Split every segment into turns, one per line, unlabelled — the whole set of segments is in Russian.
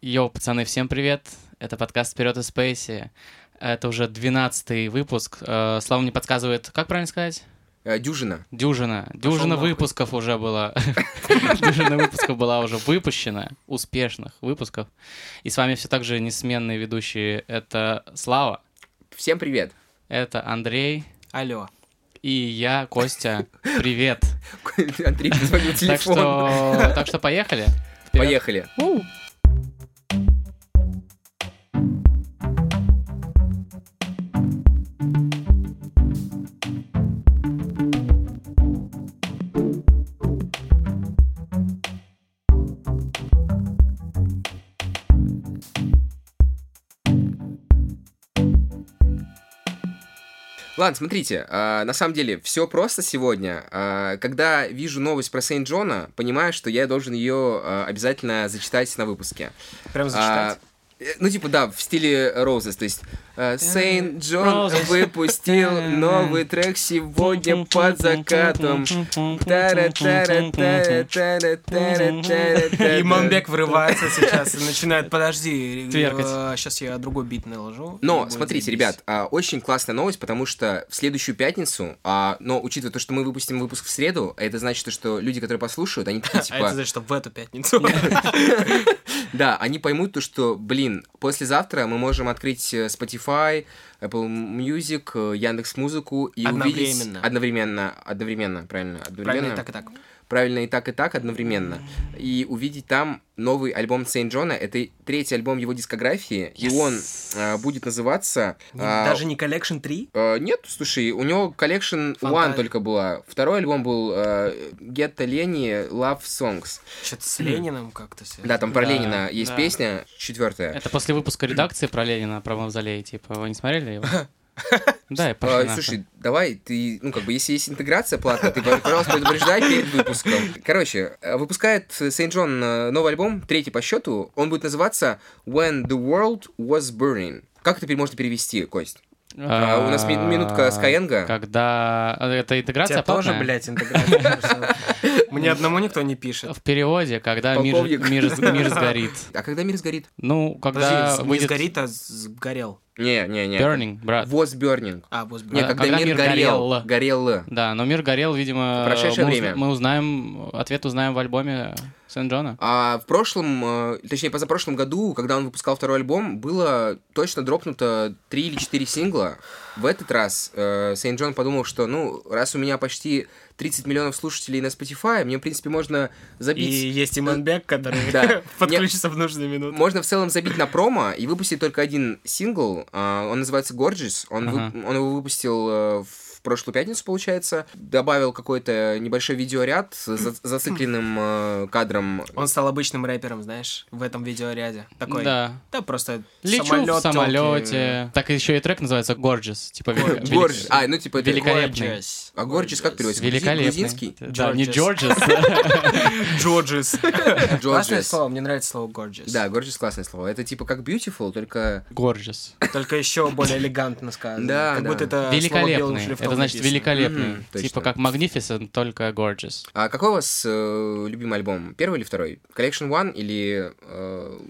Йоу, пацаны, всем привет! Это подкаст «Вперед из Спейси». Это уже 12 выпуск. Э, Слава мне подсказывает, как правильно сказать?
Э, Дюжина.
Дюжина. Дюжина
нахуй.
выпусков уже была. Дюжина выпусков была уже выпущена. Успешных выпусков. И с вами все так же несменные ведущие. Это Слава,
Всем привет.
это Андрей
Алло.
и я, Костя. Привет!
Андрей позвонил
Так
телефон.
что, так что поехали. Вперед.
Поехали. Ладно, смотрите, а, на самом деле все просто сегодня. А, Когда вижу новость про Сейнт Джона, понимаю, что я должен ее а, обязательно зачитать на выпуске.
Прям
А,
зачитать.
э, Ну, типа, да, в стиле Роузес, то есть э, Сейнт Джон
Roses.
выпустил новый трек сегодня под закатом.
И
И
Мамбек врывается сейчас и начинает, подожди,
Тверкать.
сейчас я другой бит наложу. и
Но
будет
Ну, смотрите,
заебись».
ребят, а, очень классная новость, потому что в следующую пятницу, а, но учитывая то, что мы выпустим выпуск в среду, это значит, то, что люди, которые послушают, они такие
А это
типа,
значит, что в эту пятницу.
да, они поймут то, что, блин, послезавтра мы можем открыть э, Spotify, Apple Music, э, Яндекс Музыку и увидеть-
Одновременно.
одновременно, одновременно, правильно, одновременно,
Правильно, и так, и так.
правильно и так и так одновременно и увидеть там новый альбом Сейн Джона. Это третий альбом его дискографии, и
Yes.
он а, будет называться а,
Даже не коллекшн 3?
Э, нет, слушай, у него коллекшн One
Фантазия.
только была. Второй альбом был э, Гетто Лени Love Songs.
Что-то с Лениным как-то все.
Да, там про
Да,
Ленина есть
да.
песня. Четвертая.
Это после выпуска редакции про Ленина, про Мавзолей, типа, вы не смотрели его? Да, и пошли
Э,
нахуй.
слушай, давай, ты, ну, как бы, если есть интеграция платная, ты, пожалуйста, предупреждай перед выпуском. Короче, э, выпускает Сейнт Джон э, новый альбом, третий по счету. Он будет называться When the World Was Burning. Как это пере- можно перевести, Кость? А, у нас ми- минутка Skyeng'а.
Когда... а, Это
У тебя
интеграция
тоже,
платная?
блядь, интеграция. потому что Мне одному никто не пишет.
В переводе, когда мир,
Полковник.
мир с- мир сгорит.
А когда мир сгорит?
Ну, когда
Подожди, не
выйдет...
сгорит, а сгорел.
Не, не, не.
Burning, брат.
Was Burning.
А, вот,
Не,
А,
блядь.
когда, мир, горел. Горел.
Да, но мир горел, видимо...
Прошедшее
мы узна-
время.
Мы узнаем, ответ узнаем в альбоме Сен Джона.
А в прошлом, э, точнее, позапрошлом году, когда он выпускал второй альбом, было точно дропнуто 3 или 4 сингла. В этот раз э, Сейнт Джон подумал, что, ну, раз у меня почти 30 миллионов слушателей на Spotify, мне, в принципе, можно
И
забить...
есть Иманбек, который
Да.
подключится в нужную минуту.
Можно в целом забить на промо и выпустить только один сингл. а, Он называется Gorgeous. Он, вы-
Ага.
он его выпустил э, в прошлую пятницу, получается. Добавил какой-то небольшой видеоряд с за- зацикленным э, кадром.
Он стал обычным рэпером, знаешь, в этом видеоряде. Такой,
Да.
да, просто
Лечу
самолет,
в самолете. Так еще и трек называется Gorgeous. Типа вели- вели-
Gorgeous. А, ну, типа, это
великолепный.
Горджес.
А Горджес как переводится?
Великолепный.
Грузинский?
Да, не
Gorgeous.
Georges.
Джорджес. Классное
Джорджес.
слово, мне нравится слово горджес.
Да, Gorgeous классное слово. Это типа как beautiful, только...
а Gorgeous.
Только еще более элегантно сказано.
Да,
как
да.
будто это э, слово белым
Великолепный.
шрифтом
Это значит
написано.
великолепный.
Мгм, точно.
типа как Magnificent, только gorgeous.
А какой у вас э, любимый альбом? Первый или второй? Collection One или... э,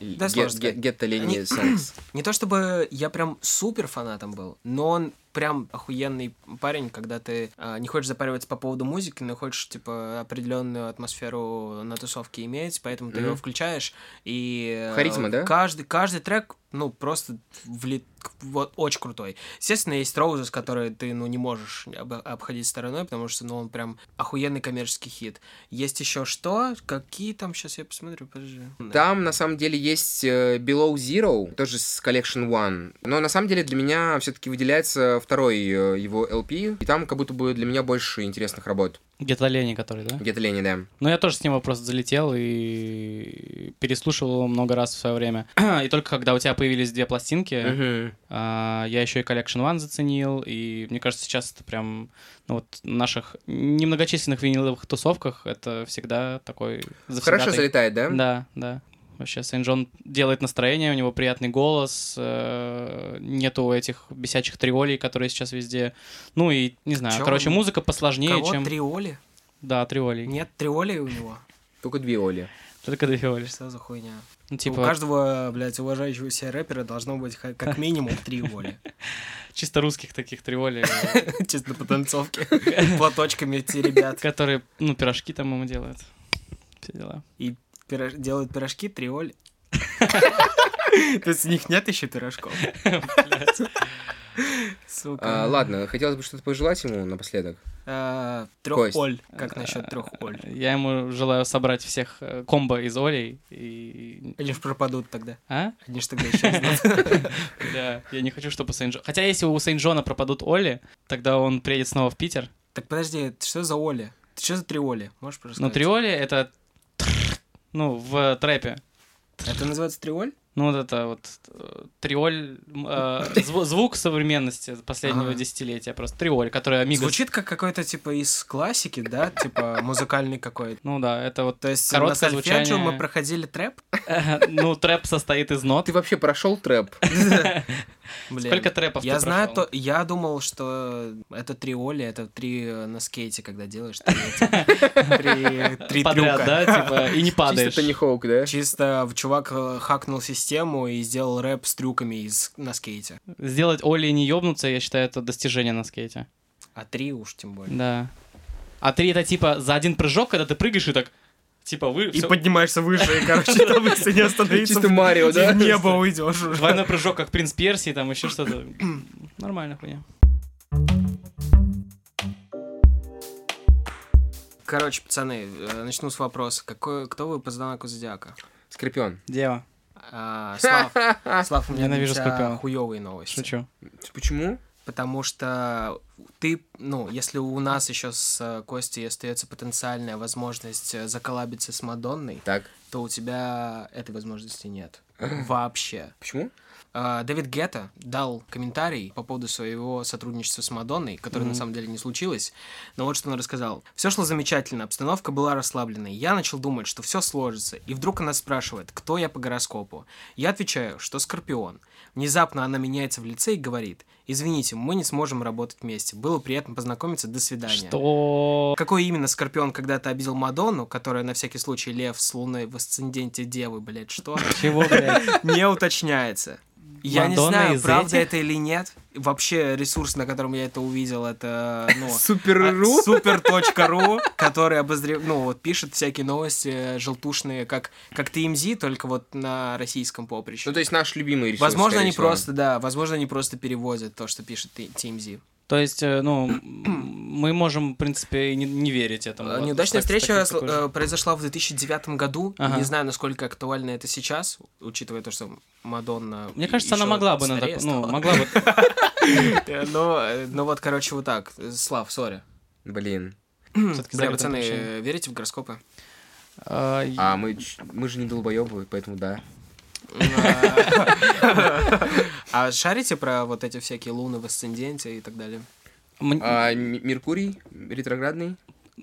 Да,
Get, Get,
сложно сказать.
Get the Lenny
Они-
Songs?
Не то чтобы я прям супер фанатом был, но он прям охуенный парень, когда ты а, не хочешь запариваться по поводу музыки, но хочешь, типа, определенную атмосферу на тусовке иметь, поэтому ты
Мгм.
его включаешь, и... э,
Харизма, да?
Каждый, каждый трек, ну, просто влит... Вот, очень крутой. Естественно, есть Роузес, который ты, ну, не можешь об- обходить стороной, потому что, ну, он прям охуенный коммерческий хит. Есть еще что? Какие там? Сейчас я посмотрю, подожди.
Там, на самом деле, есть э, Below Zero, тоже с Collection One. Но, на самом деле, для меня все таки выделяется второй э, его LP, и там как будто бы для меня больше интересных работ.
Где-то Лени, который, да?
Get the Lenny, да.
Ну, я тоже с него просто залетел и переслушивал его много раз в свое время. и только когда у тебя появились две пластинки,
Мгм.
а, я еще и Collection One заценил. И мне кажется, сейчас это прям, ну вот, в наших немногочисленных виниловых тусовках это всегда такой
Хорошо
завсегдатай.
залетает, да?
ну, Да, да. Вообще, Сейн Джон делает настроение, у него приятный голос, э, нету этих бесячих триолей, которые сейчас везде. Ну и, не знаю,
Чё?
короче, музыка посложнее,
Кого?
чем...
Триоли?
Да, триолей.
Нет, триоли у него.
Только две Оли.
Только две оли.
Что за хуйня?
Ну,
У каждого, блядь, уважающего себя рэпера должно быть ха- как минимум три воли.
чисто русских таких триволей,
Чисто по танцовке. Платочками эти ребят.
которые, ну, пирожки там ему делают. Все дела.
И пирож- делают пирожки, три воли. То есть у них нет еще пирожков.
А,
Сука.
ладно, хотелось бы что-то пожелать ему напоследок.
А,
Кость.
Трех оль. Как насчет трех оль?
Я ему желаю собрать всех э, комбо из Олей и...
Они же пропадут тогда.
А?
Они же тогда исчезнут.
Да, я не хочу, чтобы Сейн Хотя если у Сейн Джона пропадут Оли, тогда он приедет снова в Питер.
Так подожди, это что за оли? Ты что за три оли? Можешь
Но
рассказать?
Ну, триоли — это... тр- Ну, в трэпе.
Это называется триоль?
Ну, вот это вот э, триоль, м, э, зв- звук современности последнего
Ага.
десятилетия просто. Триоль, которая Мигас.
Звучит как какой-то типа из классики, да? Типа музыкальный какой-то.
Ну да, это вот...
То есть на
Короткое
сольфеджио
звучание.
мы проходили трэп?
э, Ну, трэп состоит из нот.
Ты вообще прошел трэп?
Блин.
Сколько трэпов
я
ты
знаю,
прошёл?
то, я думал, что это три оли, это три э, на скейте, когда делаешь три, эти, три- три
Э, Подряд,
трюка.
да, типа, и не падаешь.
Чисто Тони Хоук, да?
Чисто в- чувак э, хакнул систему и сделал рэп с трюками из, на скейте.
Сделать Оли и не ёбнуться, я считаю, это достижение на скейте.
А три уж тем более.
Да. А три это типа за один прыжок, когда ты прыгаешь и так, типа, вы...
И
всё,
поднимаешься выше, и, короче, там если не остановиться,
Чисто Марио, да?
в небо уйдешь уже.
Двойной прыжок, как принц Персии, там еще что-то. Нормально, хуйня.
Короче, пацаны, э, начну с вопроса. Какой, кто вы по знаку зодиака?
Скорпион.
Дева.
А, Слав, Слав, у меня
Ненавижу
для
Скорпиона.
тебя хуёвые новости.
Шучу.
Типа, Почему?
Потому что ты, ну, если у нас еще с э, Костей остается потенциальная возможность э, заколабиться с Мадонной,
Так,
то у тебя этой возможности нет. Вообще.
почему?
А, Дэвид Гетта дал комментарий по поводу своего сотрудничества с Мадонной, которое на самом деле не случилось. Но вот что он рассказал. Все шло замечательно, обстановка была расслабленной. Я начал думать, что все сложится. И вдруг она спрашивает, кто я по гороскопу. Я отвечаю, что Скорпион. Внезапно она меняется в лице и говорит, извините, мы не сможем работать вместе. Было приятно познакомиться, до свидания.
Что?
Какой именно Скорпион когда-то обидел Мадонну, которая на всякий случай лев с луной в асценденте Девы, блядь, что?
Чего, блядь?
не уточняется. Я не
Мадонна
знаю,
из
правда
этих?
это или нет. Вообще ресурс, на котором я это увидел, это ну,
Супер.ру?
супер.ру, который обозрев... ну, вот, пишет всякие новости э, желтушные, как, как TMZ, только вот на российском поприще.
Ну, то есть наш любимый ресурс,
возможно,
скорее
они
всего.
просто, да, возможно, они просто переводят то, что пишет Т- TMZ.
То есть, э, ну, м, мы можем, в принципе, и не, не верить этому.
Э,
Ну, Вот,
Неудачная
так-
встреча
так- такой
э,
же.
произошла в 2009 году.
Ага.
Не знаю, насколько актуально это сейчас, учитывая то, что Мадонна...
Мне кажется, она
ещё
могла бы, на
старее
так- ну,
стала.
могла бы.
Э, Ну, э, ну вот, короче, вот так. Э, Слав, сори.
Блин.
Все-таки
Бля, пацаны, э, верите в гороскопы?
А мы, ч- мы же не долбоебы, поэтому да.
А шарите про вот эти всякие луны в асценденте и так далее?
А М- Меркурий ретроградный?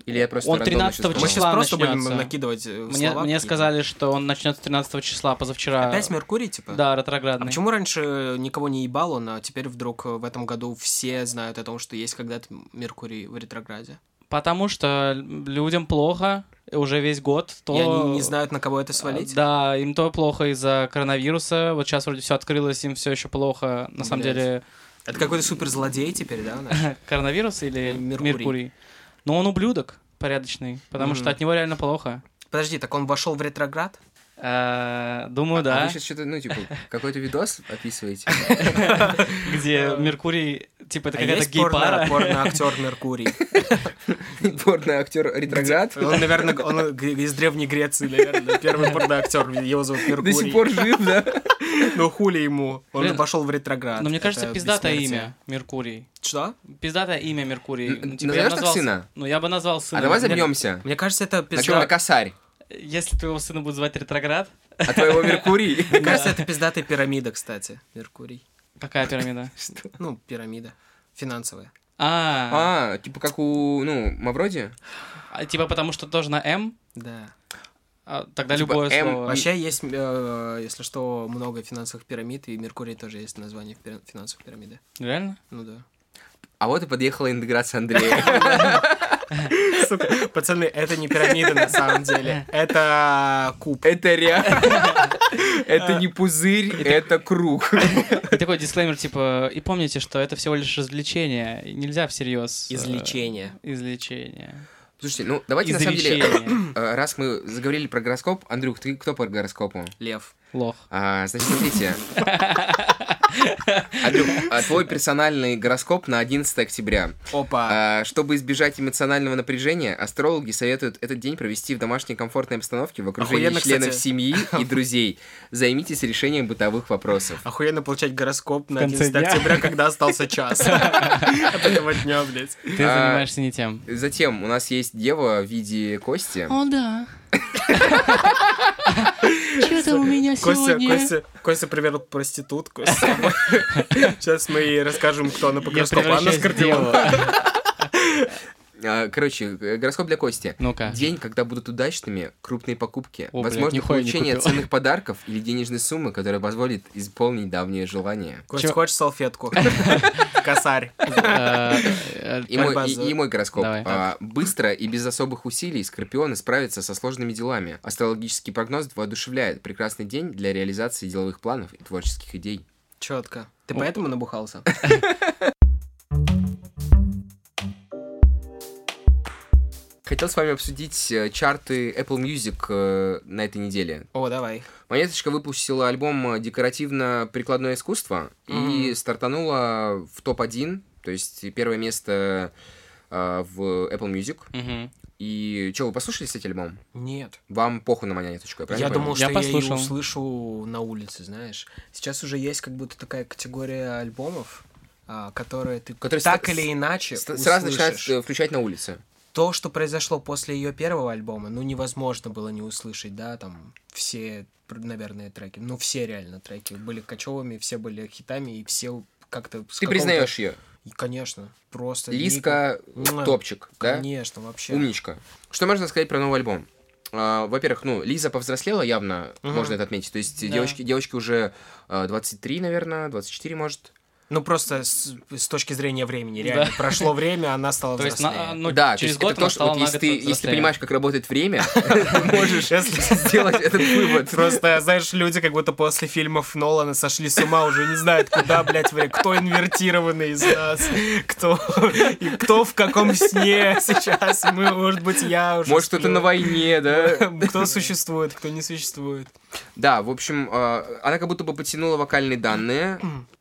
Или я просто
Он
рандомно сейчас
13-го
сказал?
Мы
числа.
сейчас просто будем
начнётся.
накидывать э,
Мне,
слова
мне
какие-то.
сказали, что он начнется 13 числа, позавчера.
Опять Меркурий, типа?
Да,
А
ретроградный.
почему раньше никого не ебало, но теперь вдруг э, в этом году все знают о том, что есть когда-то Меркурий в ретрограде?
Потому что людям плохо уже весь год, то...
И они не знают, на кого это
А,
свалить?
Да, им то плохо из-за коронавируса. Вот сейчас вроде все открылось, им все еще плохо. На самом
Блядь.
деле,
Это какой-то суперзлодей теперь, да? у нас?
коронавирус или
Меркурий.
Меркурий. Но он ублюдок порядочный, потому что
Мгм.
от него реально плохо.
Подожди, так он вошел в ретроград?
Э, Думаю,
А
да.
вы сейчас что-то, ну, типа, какой-то видос описываете?
Где Меркурий, типа, это
А
какая-то
есть порно-
гей-пара.
порно-актер Меркурий?
Порный актер ретроград?
Он, наверное, он г- из Древней Греции, наверное, первый порноактер. Его зовут
До сих
Меркурий.
пор жив, да?
Но хули ему? Он
Блин.
же пошел в ретроград.
Но мне кажется,
Это
пиздатое
бессмертие.
имя Меркурий.
Что?
Пиздатое имя Меркурий.
Н-
Ну, типа, я
назовёшь
бы
так
назвал-
сына?
Ну, я бы назвал сына.
А давай
Мне-
замнемся.
Мне кажется, это
На чем? На
пизда...
косарь.
Если твоего сына будут звать ретроград,
А твоего Меркурий?
Мне кажется, это пиздатая пирамида, кстати. Меркурий.
какая пирамида?
Ну, пирамида. Финансовая.
А,
А, типа как у, ну, Мавроди?
а, типа потому что тоже на М,
Да.
а, тогда
Типа
любое
М
слово.
Вообще есть, э, если что, много финансовых пирамид, и Меркурий тоже есть название в пир- финансовой пирамиды.
Реально?
Ну да.
А вот и подъехала интеграция Андрея.
Сука, пацаны, это не пирамида на самом деле. Это куб.
Это реально. Это не пузырь, это круг.
И такой дисклеймер, типа, и помните, что это всего лишь развлечение, и нельзя всерьез... э,
Излечение.
Излечение.
Слушайте, ну давайте на самом деле, э, раз мы заговорили про гороскоп, Андрюх, ты кто по гороскопу?
Лев.
Лох.
А, значит, смотрите. Андрюх, а твой персональный гороскоп на 11 октября.
Опа.
А, чтобы избежать эмоционального напряжения, астрологи советуют этот день провести в домашней комфортной обстановке в окружении
Охуенно,
членов
кстати.
семьи и друзей. Займитесь решением бытовых вопросов.
Охуенно получать гороскоп на
конце
11
дня.
октября, когда остался час. От этого дня, блядь.
Ты
А.
занимаешься не тем.
Затем у нас есть дева в виде кости.
О, да. Что там у меня
Костя,
сегодня?
Костя, Костя привел проститутку с собой. Сейчас мы ей расскажем, кто она по
Я
гороскопу. Анна
превращаюсь в
Скорпион.
деву.
А, короче, э, гороскоп для кости.
Ну-ка.
День, когда будут удачными крупные покупки,
О, блядь,
возможно,
нихуя не
получение
купил.
ценных подарков или денежной суммы, которая позволит исполнить давние желания.
Костя,
Чё?
хочешь салфетку? Косарь.
Э, э,
И мой,
Борьба
и-
за-
и мой гороскоп.
Давай.
А, быстро и без особых усилий Скорпионы справятся со сложными делами. Астрологический прогноз воодушевляет. Прекрасный день для реализации деловых планов и творческих идей.
Четко. Ты
Ну.
поэтому набухался?
Хотел с вами обсудить э, чарты Apple Music э, на этой неделе.
О, давай.
Монеточка выпустила альбом э, «Декоративно-прикладное искусство» и
Мгм.
стартанула в топ-1, то есть первое место э, в Apple Music.
э, мгм.
И что, вы послушали, кстати, альбом?
Нет.
Вам похуй на монеточку, я правильно
Я
понял?
думал,
Я
что я ее
послушал.
услышу на улице, знаешь. Сейчас уже есть как будто такая категория альбомов, а, которые ты
Которые
так
ста-
или иначе
С- Сразу начинают
услышишь.
э, включать на улице.
То, что произошло после ее первого альбома, ну невозможно было не услышать, да, там все, пр- наверное, треки, ну все реально треки были кочевыми, все были хитами и все как-то... с
Ты
какого-то-
признаешь ее.
И, Конечно, просто...
Лиска
Муа.
топчик, да?
Конечно, вообще.
Умничка. Что можно сказать про новый альбом? А, Во-первых, ну, Лиза повзрослела явно,
Мгм.
можно это отметить. То есть
Да.
девочки, девочки уже э, 23, наверное, 24, может.
Ну просто с, с точки зрения времени,
Да.
реально. Прошло время, она стала
То есть,
взрослее.
на- ну,
да,
через
то есть
год
это то,
она
что
стала
вот
на
если,
год
ты, если ты
взрослее.
понимаешь, как работает время, можешь сделать этот вывод.
Просто, знаешь, люди как будто после фильмов Нолана сошли с ума, уже не знают, куда, блядь, вы, кто инвертированный из нас, кто, и кто в каком сне сейчас, мы, может быть, я уже
Может,
сплю.
кто-то на войне, да?
Кто существует, кто не существует.
Да, в общем, э, она как будто бы потянула вокальные данные.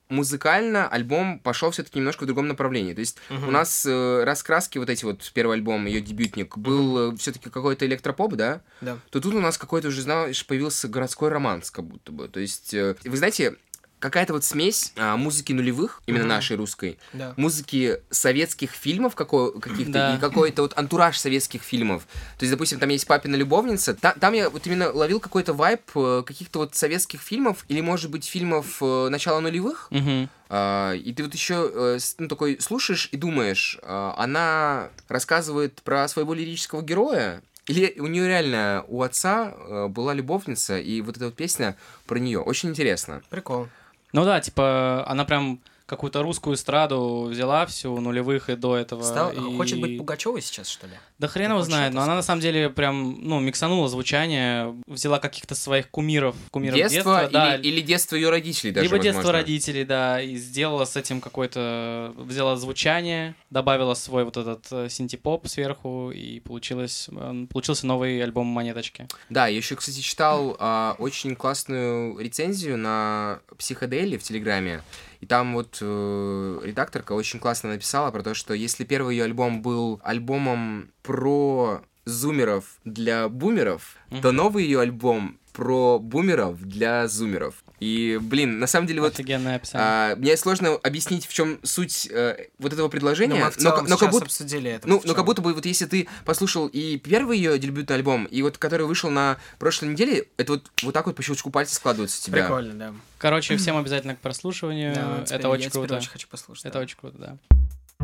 Музыкально альбом пошел все-таки немножко в другом направлении. То есть у нас э, раскраски, вот эти вот первый альбом, ее дебютник, был все-таки какой-то электропоп, да?
Да.
То тут у нас какой-то уже, знаешь, появился городской романс, как будто бы. То есть, э, вы знаете, какая-то вот смесь а, музыки нулевых, именно
Мгм.
нашей русской,
Да.
музыки советских фильмов како- каких-то
Да.
и какой-то вот антураж советских фильмов. То есть, допустим, там есть «Папина любовница», та- там я вот именно ловил какой-то вайб э, каких-то вот советских фильмов или, может быть, фильмов э, начала нулевых.
Мгм.
А, и ты вот еще ну, такой слушаешь и думаешь, а, она рассказывает про своего лирического героя, или у нее реально у отца э, была любовница, и вот эта вот песня про нее. Очень интересно.
Прикол.
Ну да, типа, она прям какую-то русскую эстраду взяла всю, нулевых и до этого.
Стал- а
и-
Хочет быть Пугачевой сейчас, что ли?
Да хрен
Ну,
его
хочет
знает, но она на
искать.
самом деле прям, ну, миксанула звучание, взяла каких-то своих кумиров, кумиров
детство
детства,
или,
да,
или детство ее родителей даже,
либо детство
возможно.
родителей, да, и сделала с этим какое-то, взяла звучание, добавила свой вот этот э, синтепоп сверху, и получилось, э, получился новый альбом «Монеточки».
Да, я еще, кстати, читал а, очень классную рецензию на психодели в Телеграме. И там вот э, редакторка очень классно написала про то, что если первый ее альбом был альбомом про зумеров для бумеров, то
Мгм.
новый ее альбом про бумеров для зумеров. И, блин, на самом деле вот...
Офигенное описание.
а, мне сложно объяснить, в чем суть э, вот этого
Ну,
предложения,
мы в целом
но, но как
сейчас
будто
обсудили это.
ну,
в
ну, как
целом.
будто бы, вот если ты послушал и первый ее дебютный альбом, и вот который вышел на прошлой неделе, это вот, вот так вот по щелчку пальца складывается у тебя.
Прикольно, да.
Короче, всем обязательно к прослушиванию,
Да, теперь-
это
я
очень
теперь
круто.
очень хочу послушать.
Это
да.
очень круто, да.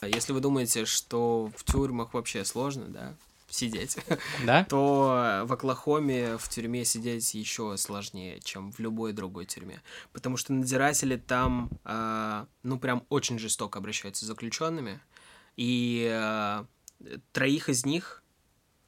А Если вы думаете, что в тюрьмах вообще сложно, да, сидеть,
Да?
то в Оклахоме в тюрьме сидеть еще сложнее, чем в любой другой тюрьме. Потому что надзиратели там, а, ну, прям очень жестоко обращаются с заключенными. И а, троих из них...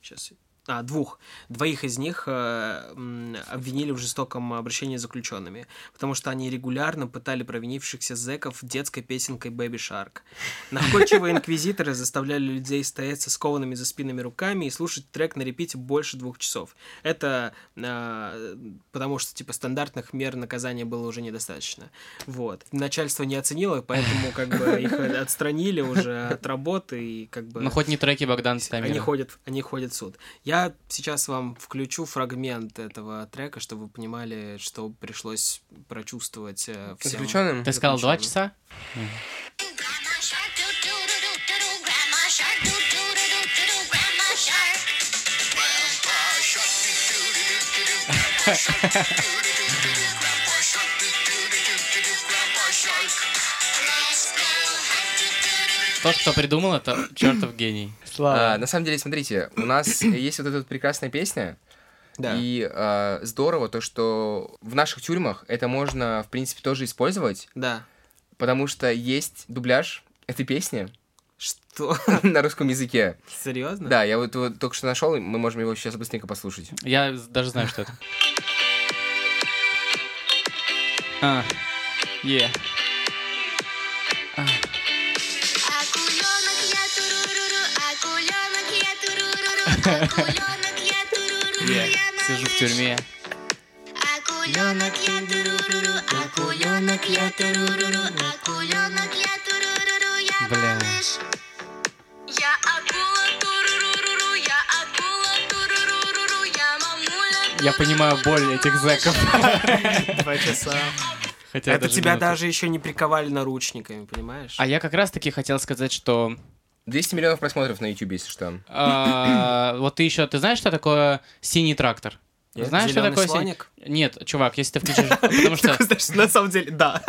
Сейчас... А, двух. Двоих из них а, м, обвинили в жестоком обращении с заключенными, потому что они регулярно пытали провинившихся зэков детской песенкой «Бэби Шарк». Находчивые инквизиторы заставляли людей стоять со скованными за спинами руками и слушать трек на репите больше двух часов. Это э, потому что, типа, стандартных мер наказания было уже недостаточно. Вот. Начальство не оценило, поэтому, как бы, их отстранили уже от работы и, как бы...
Ну, хоть не треки Богдан Стамира.
Они ходят, они ходят в суд. Я сейчас вам включу фрагмент этого трека, чтобы вы понимали, что пришлось прочувствовать э, всем.
Заключенным?
Ты сказал два
заключенным.
часа?
Grandma shark, doo doo doo doo doo doo. Grandma shark, doo doo doo doo doo doo. Grandma shark. Grandpa shark, doo doo doo doo doo doo. Grandpa shark, doo doo doo doo doo. Grandpa shark, doo doo doo doo doo doo. Grandpa shark. Let's go hunting, doo doo doo.
Тот, кто придумал это, чертов гений.
А, на самом деле, смотрите, у нас есть вот эта вот прекрасная песня,
Да.
и а, здорово то, что в наших тюрьмах это можно, в принципе, тоже использовать,
Да.
потому что есть дубляж этой песни
Что?
на русском языке.
Серьезно?
Да, я вот его только что нашел, и мы можем его сейчас быстренько послушать.
Я з- даже знаю, что это. А, е.
Акуленок я туруруру, акуленок я туруруру, акуленок я туруруру,
Е.
я
Сижу в
малыш.
тюрьме.
Акуленок я туруруру, акуленок я туруруру, акуленок я туруруру, я
Бля.
малыш. Я акула туруруру, я акула туруруру, я мамуля.
Я понимаю боль этих зэков.
Два часа.
Хотя
Это тебя
минуты.
даже еще не приковали наручниками, понимаешь?
А я как раз-таки хотел сказать, что
200 миллионов просмотров на YouTube, если что.
а, вот ты еще, ты знаешь, что такое синий трактор?
Нет.
Знаешь, что
Зелёный
такое синий?
слоник?
Нет, чувак, если ты включишь, потому что
Такой, знаешь, на самом деле, да.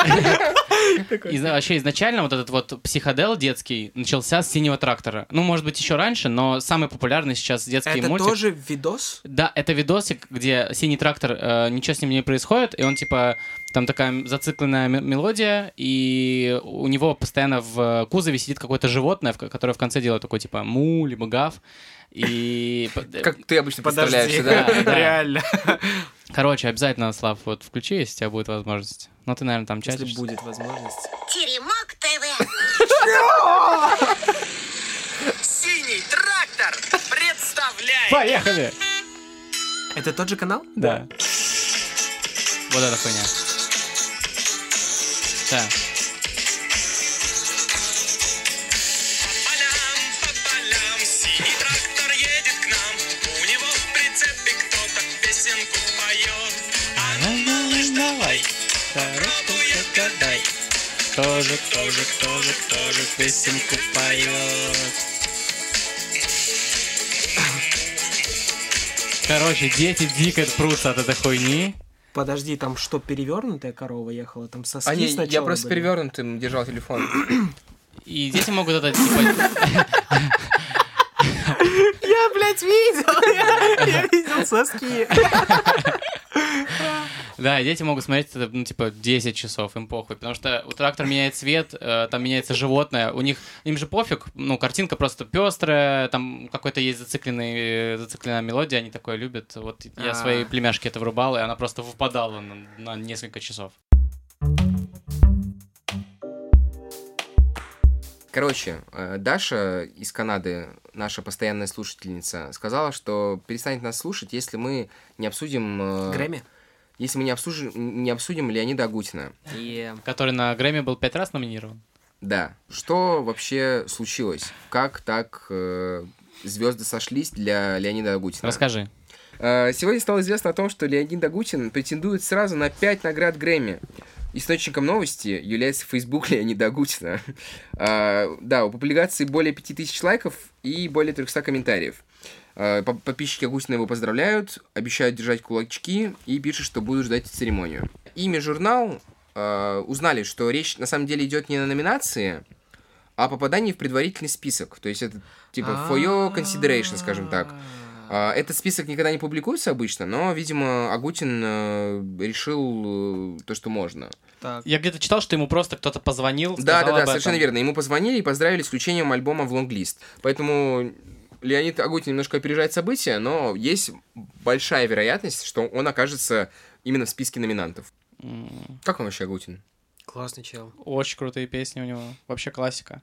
Из- вообще изначально вот этот вот психодел детский начался с синего трактора. Ну, может быть, еще раньше, но самый популярный сейчас детский
Это
мультик.
тоже видос?
Да, это видосик, где синий трактор, э, ничего с ним не происходит, и он типа там такая м- зацикленная м- мелодия, и у него постоянно в э, кузове сидит какое-то животное, в ко- которое в конце делает такой типа му либо гав. И
Как ты обычно
Подожди,
представляешься, да?
да.
реально.
короче, обязательно, Слав, вот включи, если у тебя будет возможность. Ну, ты, наверное, там
Если
чатишься.
будет возможность.
Теремок ТВ.
Синий трактор представляет
Поехали!
Это тот же канал?
Да. Вот эта хуйня. Да.
полям, по полям. Синий трактор едет к нам. У него в прицепе кто-то песенку поет. А ну, малыш, давай, пробуй отгадай.
Кто же,
Кто же, кто же, кто же песенку поет?
Короче, дети дико прутся от этой хуйни.
Подожди, там что, перевернутая корова ехала? Там соски
А не,
сначала
я просто
были?
перевернутым держал телефон.
И дети могут это типа...
Я, блядь, видел! Я- Я видел соски.
Да, дети могут смотреть это, ну, типа, 10 часов, им похуй. Потому что у трактора меняет цвет, э, там меняется животное. У них, им же пофиг, ну, картинка просто пестрая, там какой-то есть зацикленный, э, зацикленная мелодия, они такое любят. Вот я
А.
своей племяшке это врубал, и она просто выпадала на- на несколько часов.
Короче, э, Даша из Канады, наша постоянная слушательница, сказала, что перестанет нас слушать, если мы не обсудим... э,
Грэмми?
Если мы не, обсужим, не обсудим Леонида Агутина.
И
который на Грэмми был пять раз номинирован.
Да. Что вообще случилось? Как так звезды сошлись для Леонида Агутина?
Расскажи.
Э, Сегодня стало известно о том, что Леонид Агутин претендует сразу на 5 наград Грэмми. Источником новости является Facebook Леонида Агутина. Э, Да, у публикации более 5000 лайков и более 300 комментариев. Э, по- Подписчики Агутина его поздравляют, обещают держать кулачки и пишут, что будут ждать церемонию. Ими журнал э, узнали, что речь на самом деле идет не на номинации, о попадании в предварительный список. То есть это типа
А.
for your consideration, скажем так. А, Этот список никогда не публикуется обычно, но, видимо, Агутин э, решил э, то, что можно.
Так.
Я где-то читал, что ему просто кто-то позвонил.
Да,
сказал
да, да,
об этом.
совершенно верно. Ему позвонили и поздравили с включением альбома в лонглист. Поэтому Леонид Агутин немножко опережает события, но есть большая вероятность, что он окажется именно в списке номинантов.
М,
Как он вообще Агутин?
Классный чел.
Очень крутые песни у него. Вообще классика.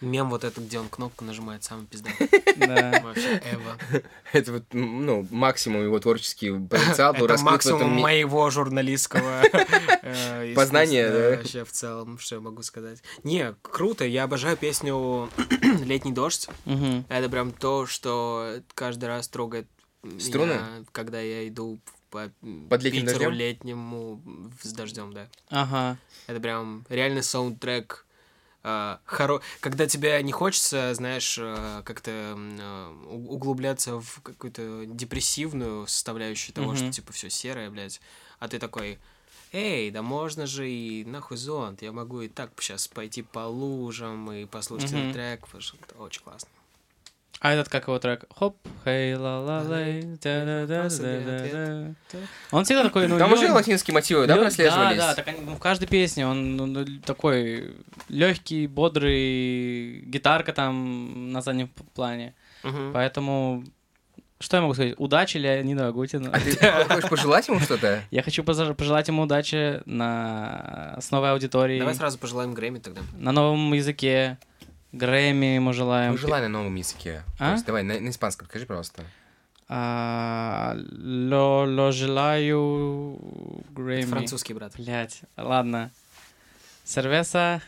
Мем вот этот, где он кнопку нажимает, самый пиздатый.
Да.
Вообще, Эва.
Это вот, м, ну, максимум его творческий потенциал был
Это
раскрыт в этом
максимум
ми-
моего журналистского э, искусства
Познания, да?
Вообще в целом, что я могу сказать. Не, круто, я обожаю песню «Летний дождь».
Мгм.
Это прям то, что каждый раз трогает меня,
Струны?
когда я иду по
Под летним
Питеру
дождем?
летнему с дождем, да.
Ага.
Это прям реальный саундтрек. э, хоро... Когда тебе не хочется, знаешь, э, как-то м, э, у- углубляться в какую-то депрессивную составляющую того,
Мгм.
что типа все серое, блядь, а ты такой, эй, да можно же и нахуй зонт, я могу и так сейчас пойти по лужам и послушать
Мгм.
этот трек, потому что это очень классно.
А этот как его трек? Хоп, хей, ла ла лей, да да да
Вопросы
да
или
да Он всегда такой, ну,
Там уже
лё-
латинские мотивы, да,
лё-
прослеживались?
Да, да, так они, ну, в каждой песне он ну, ну, такой легкий, бодрый, гитарка там на заднем п- плане.
Мгм.
Поэтому, что я могу сказать? Удачи Леониду Агутину.
А ты хочешь пожелать ему что-то?
Я хочу поза- пожелать ему удачи на... с новой аудиторией,
Давай сразу пожелаем Грэмми тогда.
на новом языке, Грэмми ему желаем.
Ну, желай на новом языке. То
А?
есть давай, на, на испанском скажи, пожалуйста.
А, лё- лё желаю Грэмми.
Это французский брат.
Блять, ладно. Сервеса,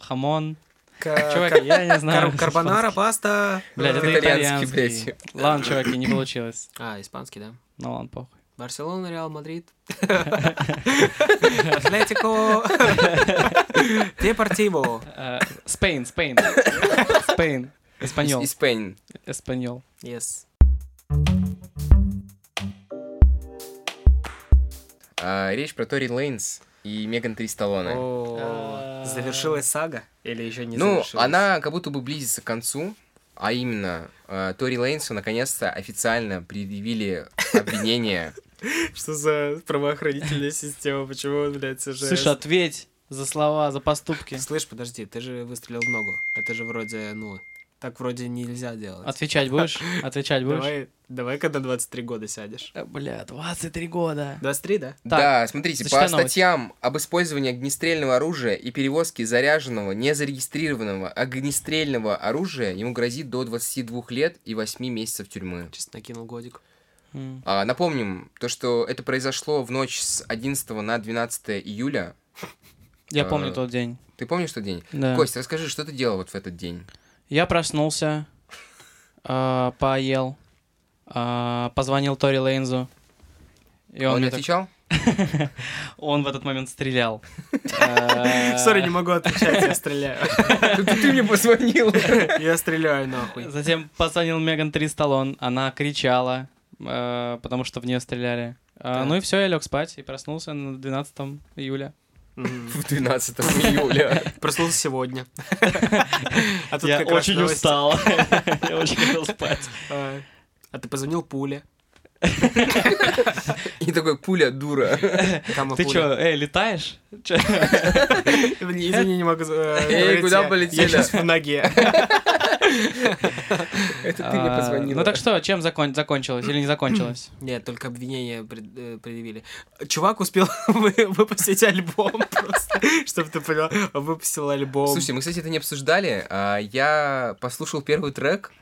хамон. Чуваки, я не знаю.
А, Кар- Карбонара, паста.
Блять, это
Итальянский,
итальянский. Ладно, чуваки, не получилось.
А, испанский, да?
Ну ладно, похуй.
Барселона, Реал Мадрид. Атлетико. Депортиво.
Э, Спейн, Спейн. Спейн. Эспаньол.
Испейн.
Эспаньол.
Yes.
А, речь про Тори Лейнс и Меган Три Сталлоне.
О, Завершилась сага? Или еще не
ну,
завершилась?
она как будто бы близится к концу, а именно э, Тори Лейнсу наконец-то официально предъявили обвинение.
Что за правоохранительная система? Почему, блядь, уже...
Слышь, ответь за слова, за поступки.
Слышь, подожди, ты же выстрелил в ногу. Это же вроде, ну, так вроде нельзя делать.
Отвечать будешь? Отвечать будешь?
Давай, давай, когда 23 года сядешь.
Э, Бля, 23 года.
23, да?
Так,
да, смотрите, по
зачитай новость.
статьям об использовании огнестрельного оружия и перевозке заряженного, незарегистрированного огнестрельного оружия ему грозит до 22 лет и 8 месяцев тюрьмы.
Чисто накинул годик.
М.
А, напомним, то, что это произошло в ночь с 11 на 12 июля.
Я
А.
Э.
помню тот день.
Ты помнишь тот день?
Да.
Кость, расскажи, что ты делал вот в этот день?
Я проснулся, а, поел, а, позвонил Тори Лейнзу. И
Он,
он,
не
мне так-
отвечал?
он в этот момент стрелял. Э,
Сори, не могу отвечать, я стреляю.
Ты мне позвонил.
Я стреляю нахуй.
А, Затем позвонил Меган Три Сталлон. Она кричала, э, потому что в нее стреляли. А,
Так.
Ну и все, я лег спать и проснулся на 12 июля.
Мгм.
В 12 июля.
Проснулся сегодня. А тут
я
как раз
очень
новость.
устал. я очень хотел спать.
А а ты позвонил Пуле.
И такой, пуля, дура.
Кама
Ты
Пуля.
чё, эй, летаешь? Чё?
Не, Извини, не могу. э,
Эй,
говорить,
куда
я-
полетели?
Я сейчас в ноге.
Это ты мне
А,
позвонила.
Ну так что, чем закон- закончилось или не закончилось?
Нет, только обвинение пред- э, предъявили. Чувак успел вы- выпустить альбом просто, чтобы ты понял. Он Выпустил альбом.
Слушайте, мы, кстати, это не обсуждали. А, Я послушал первый трек,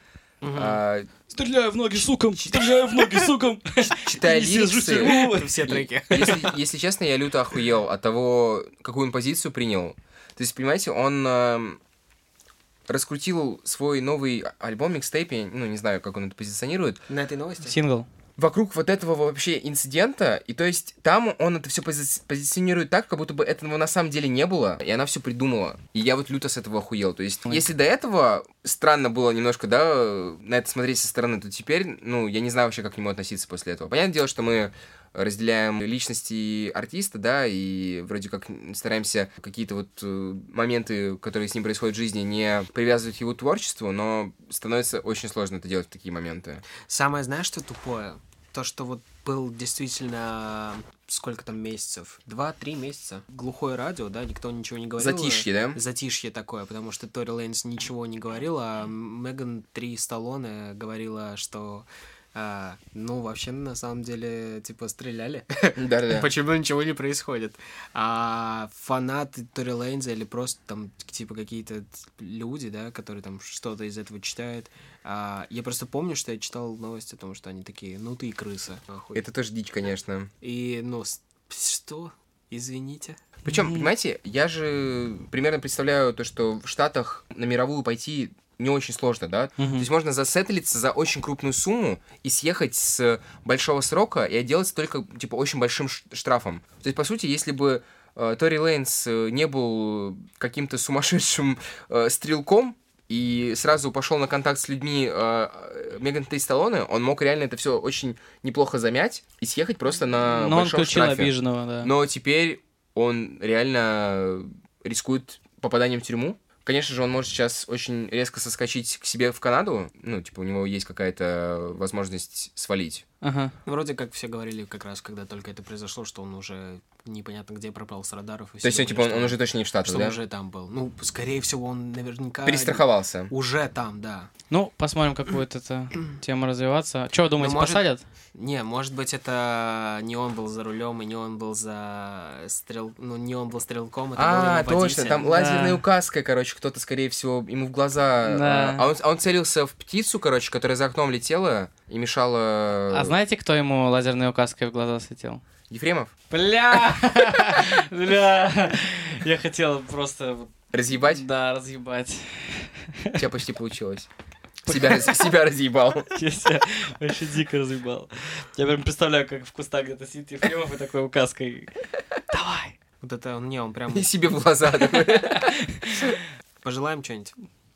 а,
Стреляю в ноги, суком! Стреляю в ноги, суком!
читая лириксы.
все треки.
Если, если честно, я люто охуел от того, какую он позицию принял. То есть, понимаете, он эм, раскрутил свой новый альбом, микстейпе, ну, не знаю, как он это позиционирует,
На этой новости?
Сингл.
вокруг вот этого вообще инцидента, и то есть там он это все позиционирует так, как будто бы этого на самом деле не было, и она все придумала. И я вот люто с этого охуел. То есть,
Ой.
если до этого странно было немножко, да, э, на это смотреть со стороны, то теперь, ну, я не знаю вообще, как к нему относиться после этого. Понятное дело, что мы э, разделяем личности артиста, да, и вроде как стараемся какие-то вот э, моменты, которые с ним происходят в жизни, не привязывать к его творчеству, но становится очень сложно это делать в такие моменты.
Самое, знаешь, что тупое? То, что вот был действительно сколько там месяцев? Два-три месяца. Глухое радио, да, никто ничего не говорил.
Затишье, да?
Затишье такое, потому что Тори Лейнс ничего не говорила, а Меган Три Сталлоне говорила, что а, ну, вообще, на самом деле, типа, стреляли.
Да-да-да.
Почему ничего не происходит? А фанаты Тори Лейнза или просто там, типа, какие-то люди, да, которые там что-то из этого читают. а, я просто помню, что я читал новости о том, что они такие, ну ты и крыса. нахуй».
Это тоже дичь, конечно.
И, ну, с- что? Извините.
Причем, понимаете, я же примерно представляю то, что в Штатах на мировую пойти не очень сложно, да? То есть можно засеттлиться за очень крупную сумму и съехать с большого срока и отделаться только, типа, очень большим ш- штрафом. То есть, по сути, если бы э, Тори Лейнс э, не был каким-то сумасшедшим э, стрелком и сразу пошел на контакт с людьми э, э, Меган Тей Сталлоне, он мог реально это все очень неплохо замять и съехать просто
А,
на
Но он
большом
включил
штрафе.
обиженного,
Ну.
да.
Но теперь он реально рискует попаданием в тюрьму. Конечно же, он может сейчас очень резко соскочить к себе в Канаду. Ну, типа, у него есть какая-то возможность свалить.
Ага.
Вроде как все говорили как раз, когда только это произошло, что он уже непонятно где пропал с радаров. И
То есть,
всё
он, типа, он,
такое,
он
что-
уже точно не в Штатах,
что
да?
он уже А, там был. Ну, скорее всего, он наверняка...
Перестраховался.
Уже там, да.
Ну, посмотрим, как будет эта тема развиваться. Чего, думаете,
Ну, может-
посадят?
Не, может быть, это не он был за рулем, и не он был за стрел... Ну, не он был стрелком, это был
А,
его
точно,
водитель.
там лазерной указкой, короче, кто-то, скорее всего, ему в глаза...
Да.
А, он, а он целился в птицу, короче, которая за окном летела и мешала...
э,
А знаете, кто ему лазерной указкой в глаза светил?
Ефремов?
Бля! Бля! Я хотел просто... вот,
Разъебать?
Да, разъебать.
У тебя почти получилось. Себя, раз- себя разъебал.
Я себя вообще дико разъебал. Я прям представляю, как в кустах где-то сидит Ефремов и такой указкой. Давай!
Вот это, он- не, он прям...
И себе в глаза. такой.
Пожелаем что-нибудь.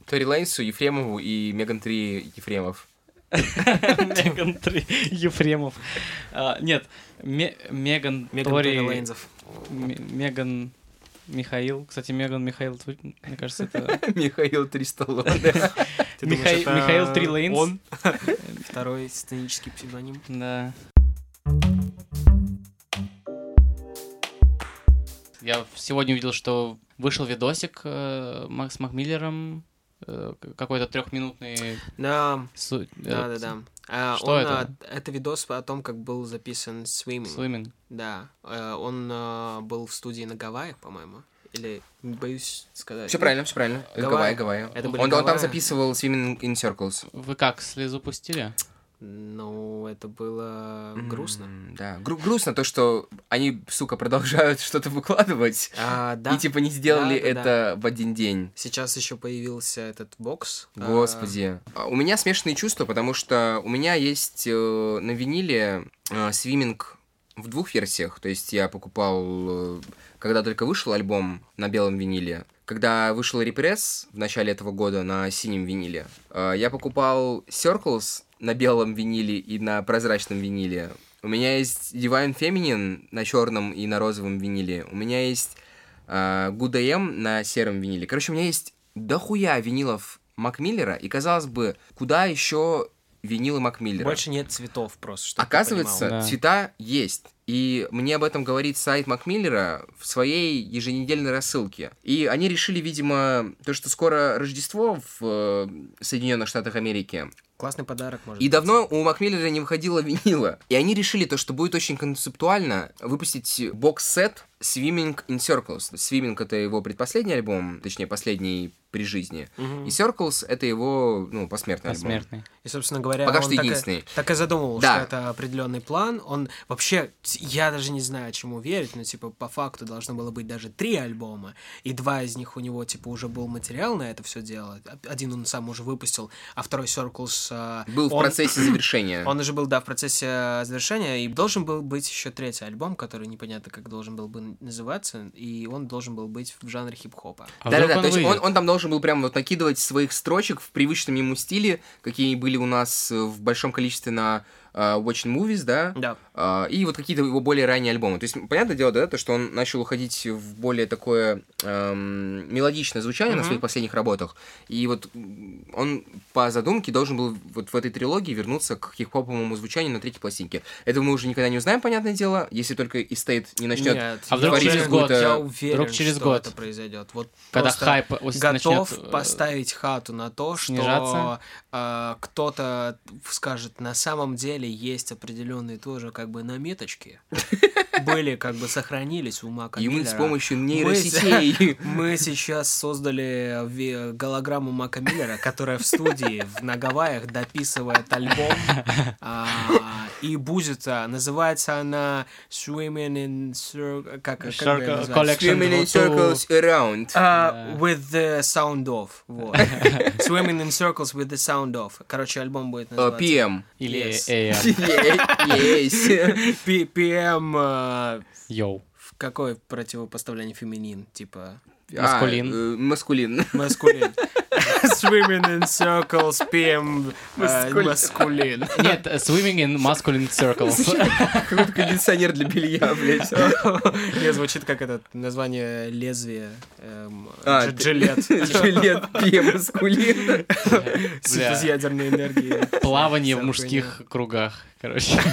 Тори Лейнсу, Ефремову и Меган 3 Ефремов.
Меган 3 Ефремов. А, Нет, Ме- Меган
Меган Тори
Тори...
Лейнзов.
М- Меган Михаил. Кстати, Меган Михаил, тут, мне кажется, это...
Михаил 3 Сталлоне.
Ты думаешь,
Михаил-
это
Михаил Три Лейнс?
Он? Второй сценический псевдоним.
Да. Я сегодня увидел, что вышел видосик э, Мак- с Макмиллером, э, к- какой-то трехминутный...
Да,
су- э,
да, да, да. А,
Что
он,
это?
а, Это видос о том, как был записан Swimming.
Swimming.
Да, э, он э, был в студии на Гавайях, по-моему. Или, боюсь сказать.
Все правильно, все правильно. Гавайи,
Гавайи.
Гавайи.
Это
Он
были
он там
Гавайи.
записывал Swimming in Circles.
Вы как, слезу пустили?
Ну, это было грустно.
М, Да. Гру- грустно то, что они, сука, продолжают что-то выкладывать.
А, да.
И типа не сделали
Да, да,
это в один день.
Сейчас еще появился этот бокс. а,
Господи. Э, А, У меня смешанные чувства, потому что у меня есть э, на виниле э, свиминг в двух версиях. То есть я покупал, э, когда только вышел альбом на белом виниле. Когда вышел репресс в начале этого года на синем виниле, э, я покупал Circles на белом виниле и на прозрачном виниле. У меня есть Divine Feminine на черном и на розовом виниле. У меня есть а, Good AM на сером виниле. Короче, у меня есть дохуя винилов Макмиллера, и казалось бы, куда еще винилы Макмиллера?
Больше нет цветов просто, чтобы ты
Оказывается,
понимал. Да.
цвета есть. И мне об этом говорит сайт Макмиллера в своей еженедельной рассылке. И они решили, видимо, то, что скоро Рождество в э, Соединенных Штатах Америки.
понимал. Классный подарок, может
И
быть.
давно у Макмиллера не выходила винила. И они решили то, что будет очень концептуально выпустить бокс-сет Swimming in Circles. Swimming — это его предпоследний альбом, точнее, последний при жизни.
Мгм.
И Circles — это его, ну, посмертный альбом.
Посмертный.
И, собственно говоря,
Пока
он
что
так и-
единственный.
Так и, задумывал,
Да.
что это определенный план. Он вообще, ц- я даже не знаю, чему верить, но типа по факту должно было быть даже три альбома, и два из них у него типа уже был материал на это все дело. О- Один он сам уже выпустил, а второй Circles а,
Был в
он-
процессе
Э.
завершения.
Он уже был, да, в процессе э, завершения, и должен был быть еще третий альбом, который непонятно как должен был бы называться, и он должен был быть в жанре хип-хопа.
А
Да-да-да,
вдруг он
то есть он,
выйдет?
он там должен был прям вот накидывать своих строчек в привычном ему стиле, какие были у нас э, в большом количестве на а, Watching Movies, да,
Да.
а, и вот какие-то его более ранние альбомы. То есть, понятное дело, да, то, что он начал уходить в более такое эм, мелодичное звучание на
Мгм.
своих последних работах. И вот м, он по задумке должен был вот в этой трилогии вернуться к хип-хоповому звучанию на третьей пластинке. Этого мы уже никогда не узнаем, понятное дело, если только Эстейт не начнет
Нет,
А вдруг
я
через
уверен,
год,
э,
я уверен,
вдруг через
что
год.
это произойдет. Вот
Когда
просто
хайп ос-
готов
начнет, э,
поставить хату на то, что
снижаться.
э, кто-то скажет, на самом деле есть определенные тоже как бы наметочки, были как бы сохранились у Мака
и мы с
Миллера.
помощью
Мы
нейросетей...
с- Мы сейчас создали ви- голограмму Мака Миллера, которая в студии в- на Гавайях дописывает альбом. а, И будет, а, называется она Swimming in Cir- как- как бы
Circle-
называется?
Collection.
Swimming in circles around.
А, with the sound off. Вот. Swimming in circles with the sound off. Короче, альбом будет
Э,
называться.
PM.
Или
Yes.
AM.
Yes.
P- PM... э,
Йоу.
в Какое противопоставление феминин? Типа...
Маскулин.
А, э, Маскулин.
Маскулин. Swimming in circles, PM, э,
Маскулин.
маскулин.
Нет, э, swimming in masculine circles.
Какой-то кондиционер для белья, блядь.
Не, звучит как это название лезвия. эм,
А,
дж- Джилет.
Жилет PM маскулин.
Синтез ядерной энергии.
Плавание в
Вся
мужских кругах, короче.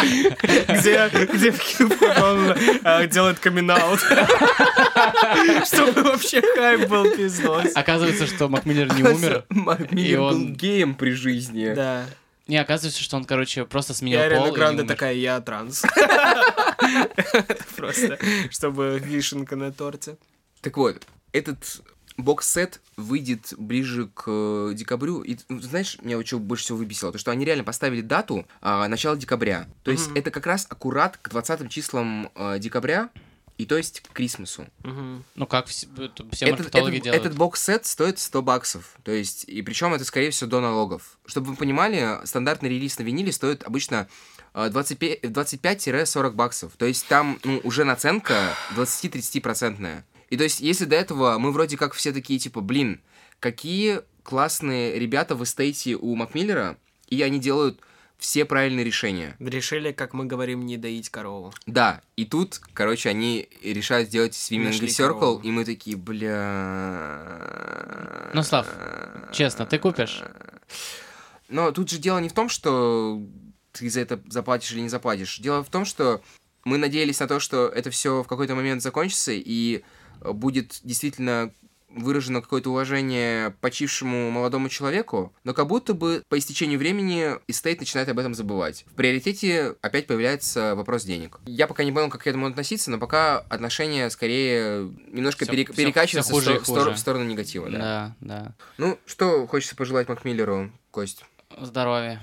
Где, где в Килфорд он э, делает камин Чтобы вообще хайп был пиздос.
Оказывается, что Макмиллер не умер.
Мак
И
Миллер был
он-
геем при жизни.
Да.
Не, оказывается, что он, короче, просто
И
сменил пол.
Ариана
и
Гранде
умер.
такая, я транс. Это Просто, чтобы вишенка на торте.
Так вот, этот бокс-сет выйдет ближе к э, декабрю. И ну, знаешь, меня вот что больше всего выбесило? То, что они реально поставили дату а, начало декабря. То есть
Мгм.
это как раз аккурат к 20 числам э, декабря, и то есть к Крисмасу.
Мгм.
Ну как вс- это все
Этот-
маркетологи
этот,
делают.
этот бокс-сет стоит 100 баксов. То есть, и причем это, скорее всего, до налогов. Чтобы вы понимали, стандартный релиз на виниле стоит обычно э, 25 25-40 баксов. То есть там ну, уже наценка 20-30%. И то есть, если до этого мы вроде как все такие, типа, блин, какие классные ребята в эстейте у Макмиллера, и они делают все правильные решения.
Решили, как мы говорим, не доить корову.
Да, и тут, короче, они решают сделать Swimming
Нашли
Circle,
корову.
и мы такие, бля...
Ну, Слав, честно, ты купишь?
Но тут же дело не в том, что ты за это заплатишь или не заплатишь. Дело в том, что мы надеялись на то, что это все в какой-то момент закончится, и э, будет действительно выражено какое-то уважение почившему молодому человеку, но как будто бы по истечению времени эстейт начинает об этом забывать. В приоритете опять появляется вопрос денег. Я пока не понял, как к этому относиться, но пока отношения скорее немножко
Всё-
пере-
всё-
перекачиваются
всё хуже и
в, стор- в стор-
хуже.
в сторону негатива. да.
Да, да.
Ну, что хочется пожелать Макмиллеру, Кость?
Здоровья.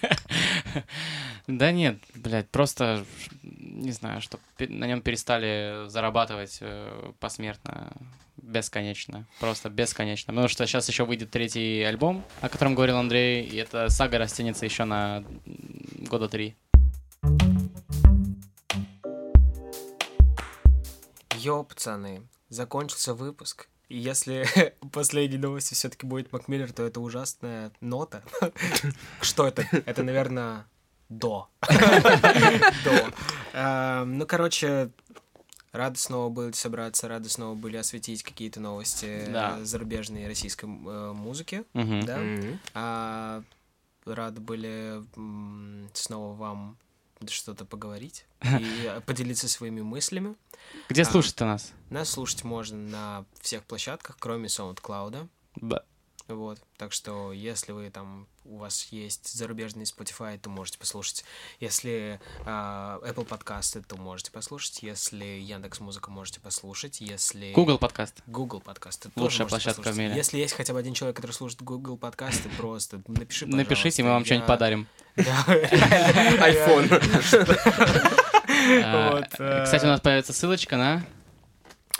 Да нет, блядь, просто ш- не знаю, что на нем перестали зарабатывать э, посмертно, бесконечно, просто бесконечно. Потому что сейчас еще выйдет третий альбом, о котором говорил Андрей, и эта сага растянется еще на м, года три.
Йо, пацаны, закончился выпуск. И если последней новости все-таки будет Макмиллер, то это ужасная нота. Что это? Это, наверное, до. До. Эм, Ну, короче, рады снова были собраться, рады снова были осветить какие-то новости
Да.
э, зарубежной и российской э, музыки.
Мгм.
Да.
Мгм.
А, рады были м, снова вам что-то поговорить и э, поделиться своими мыслями.
Где
А.
слушать ты нас?
Нас слушать можно на всех площадках, кроме SoundCloud.
Б-
Вот. Так что, если вы там у вас есть зарубежный Spotify, то можете послушать. Если а, Apple подкасты, то можете послушать. Если Яндекс Музыка, можете послушать. Если
Google подкаст.
Google подкасты. тоже
Лучшая
можете
площадка в
послушать.
мире.
Если есть хотя бы один человек, который слушает Google подкасты, просто напиши,
Напишите, мы
пожалуйста.
вам что-нибудь
Я-
подарим.
Да.
Айфон.
А,
Вот, э,
Кстати, у нас появится ссылочка на...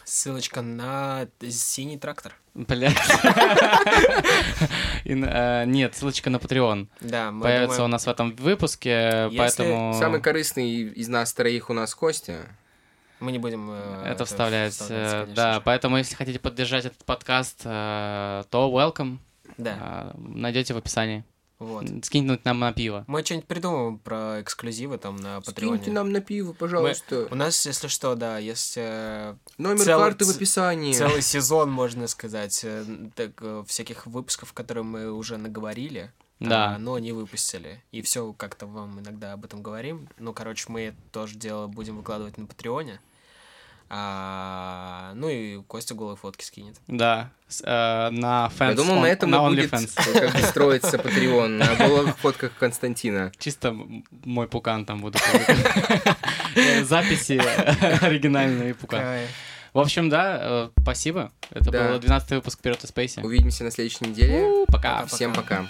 Ссылочка на синий трактор.
Блядь. И на- э, Нет, ссылочка на Patreon.
Да, мы
Появится
думаем-
у нас в этом выпуске,
Если
поэтому...
Самый корыстный из нас троих у нас Костя.
Мы не будем э,
Это вставлять. э,
конечно
Да,
же.
поэтому если хотите поддержать этот подкаст, э, то welcome.
Да,
А, Найдете в описании.
вот.
Скинуть нам на пиво.
Мы что-нибудь придумаем про эксклюзивы там на
Скиньте
Патреоне.
нам на пиво,
Мы-
пожалуйста.
У нас, если что, да, есть э,
Номер
цел-
карты в
ц-
описании.
целый сезон, можно сказать, э, так, э, всяких выпусков, которые мы уже наговорили.
Да.
а, но не выпустили. И все как-то вам иногда об этом говорим. Ну, короче, мы это тоже дело будем выкладывать на Патреоне. А, ну и Костя голые фотки скинет.
Да. С- э, на fans
Я думал, на
on-
этом
на
и будет
OnlyFans.
как бы строиться Patreon, на голых фотках Константина.
Чисто м- мой пукан там буду. Э, Записи оригинальные пукан.
Кайф.
В общем, да, э, спасибо. Это
Да.
был 12 выпуск «Вперед из Спейси».
Увидимся на следующей неделе.
Пока.
Всем пока.